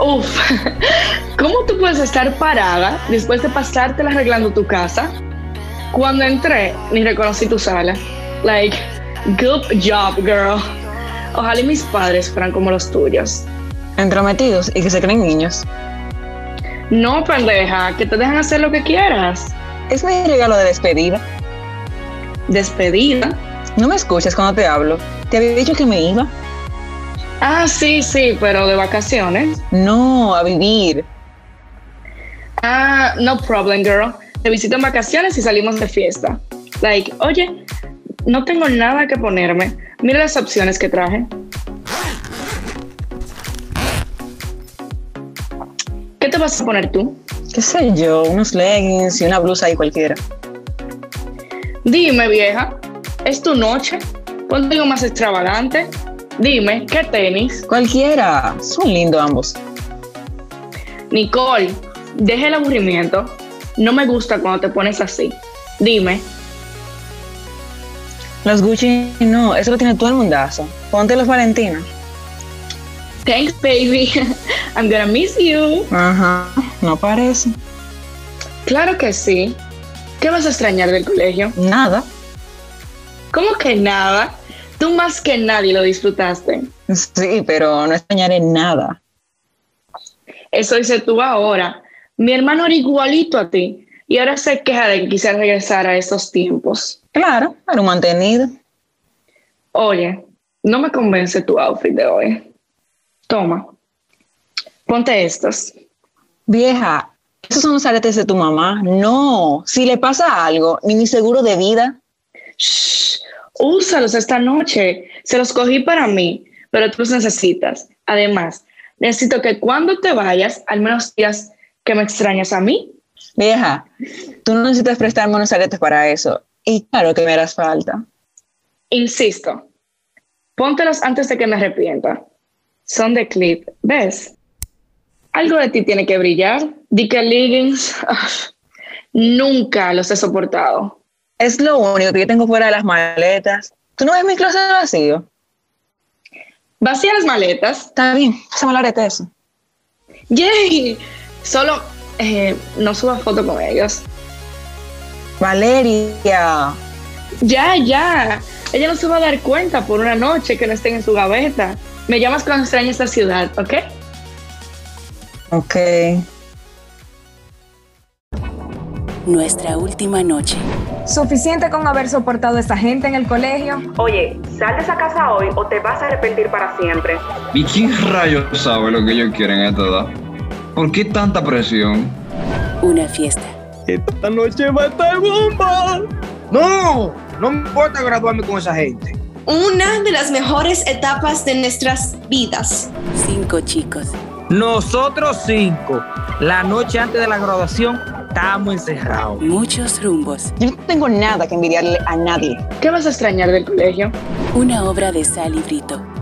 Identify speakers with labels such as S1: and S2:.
S1: Uf, ¿cómo tú puedes estar parada después de pasártela arreglando tu casa? Cuando entré, ni reconocí tu sala. Like, good job, girl. Ojalá y mis padres fueran como los tuyos.
S2: Entrometidos y que se creen niños.
S1: No, pendeja, que te dejan hacer lo que quieras.
S2: Es mi regalo de despedida.
S1: Despedida.
S2: No me escuchas cuando te hablo. Te había dicho que me iba.
S1: Ah, sí, sí, pero de vacaciones.
S2: No, a vivir.
S1: Ah, no problem, girl. Te visito en vacaciones y salimos de fiesta. Like, oye, no tengo nada que ponerme. Mira las opciones que traje. ¿Qué te vas a poner tú?
S2: ¿Qué sé yo? Unos leggings y una blusa ahí cualquiera.
S1: Dime, vieja, ¿es tu noche? Ponte algo más extravagante. Dime, ¿qué tenis?
S2: Cualquiera. Son lindos ambos.
S1: Nicole, deja el aburrimiento. No me gusta cuando te pones así. Dime,
S2: Los Gucci, no, eso lo tiene todo el mundazo. Ponte los Valentina.
S1: thanks, baby. I'm gonna miss you.
S2: Ajá, no parece.
S1: Claro que sí. ¿Qué vas a extrañar del colegio?
S2: Nada.
S1: ¿Cómo que nada? Tú más que nadie lo disfrutaste.
S2: Sí, pero no extrañaré nada.
S1: Eso dices tú ahora. Mi hermano era igualito a ti y ahora se queja de que quisiera regresar a esos tiempos.
S2: Claro, pero mantenido.
S1: Oye, no me convence tu outfit de hoy. Toma, ponte estos.
S2: Vieja, esos son los aretes de tu mamá. No, si le pasa algo, ni mi seguro de vida.
S1: Shh, úsalos esta noche. Se los cogí para mí, pero tú los necesitas. Además, necesito que cuando te vayas, al menos digas que me extrañas a mí.
S2: Vieja, tú no necesitas prestarme unos aretes para eso. Y claro que me harás falta.
S1: Insisto, póntelos antes de que me arrepienta. Son de clip, ¿ves? Algo de ti tiene que brillar. Di que Liggins, ah, nunca los he soportado.
S2: Es lo único que yo tengo fuera de las maletas. ¿Tú no ves mi closet vacío?
S1: Vacía las maletas.
S2: Está bien, hacemos el arete eso.
S1: ¡Yay! Solo eh, no subas foto con ellos.
S2: Valeria,
S1: Ya, ya. Ella no se va a dar cuenta por una noche que no estén en su gaveta. Me llamas cuando extrañes esta ciudad, ¿ok?
S2: ok.
S3: Nuestra última noche.
S4: Suficiente con haber soportado a esta gente en el colegio.
S5: Oye, sal de esa casa hoy o te vas a arrepentir para siempre.
S6: ¿Y quién rayos sabe lo que ellos quieren a esta edad? ¿Por qué tanta presión?
S3: Una fiesta.
S7: Esta noche va a estar bomba.
S8: No, no me importa graduarme con esa gente.
S9: Una de las mejores etapas de nuestras vidas.
S3: Cinco chicos.
S8: Nosotros cinco, la noche antes de la graduación, estamos encerrados.
S3: Muchos rumbos.
S2: Yo no tengo nada que envidiarle a nadie.
S1: ¿Qué vas a extrañar del colegio?
S3: Una obra de sal y brito.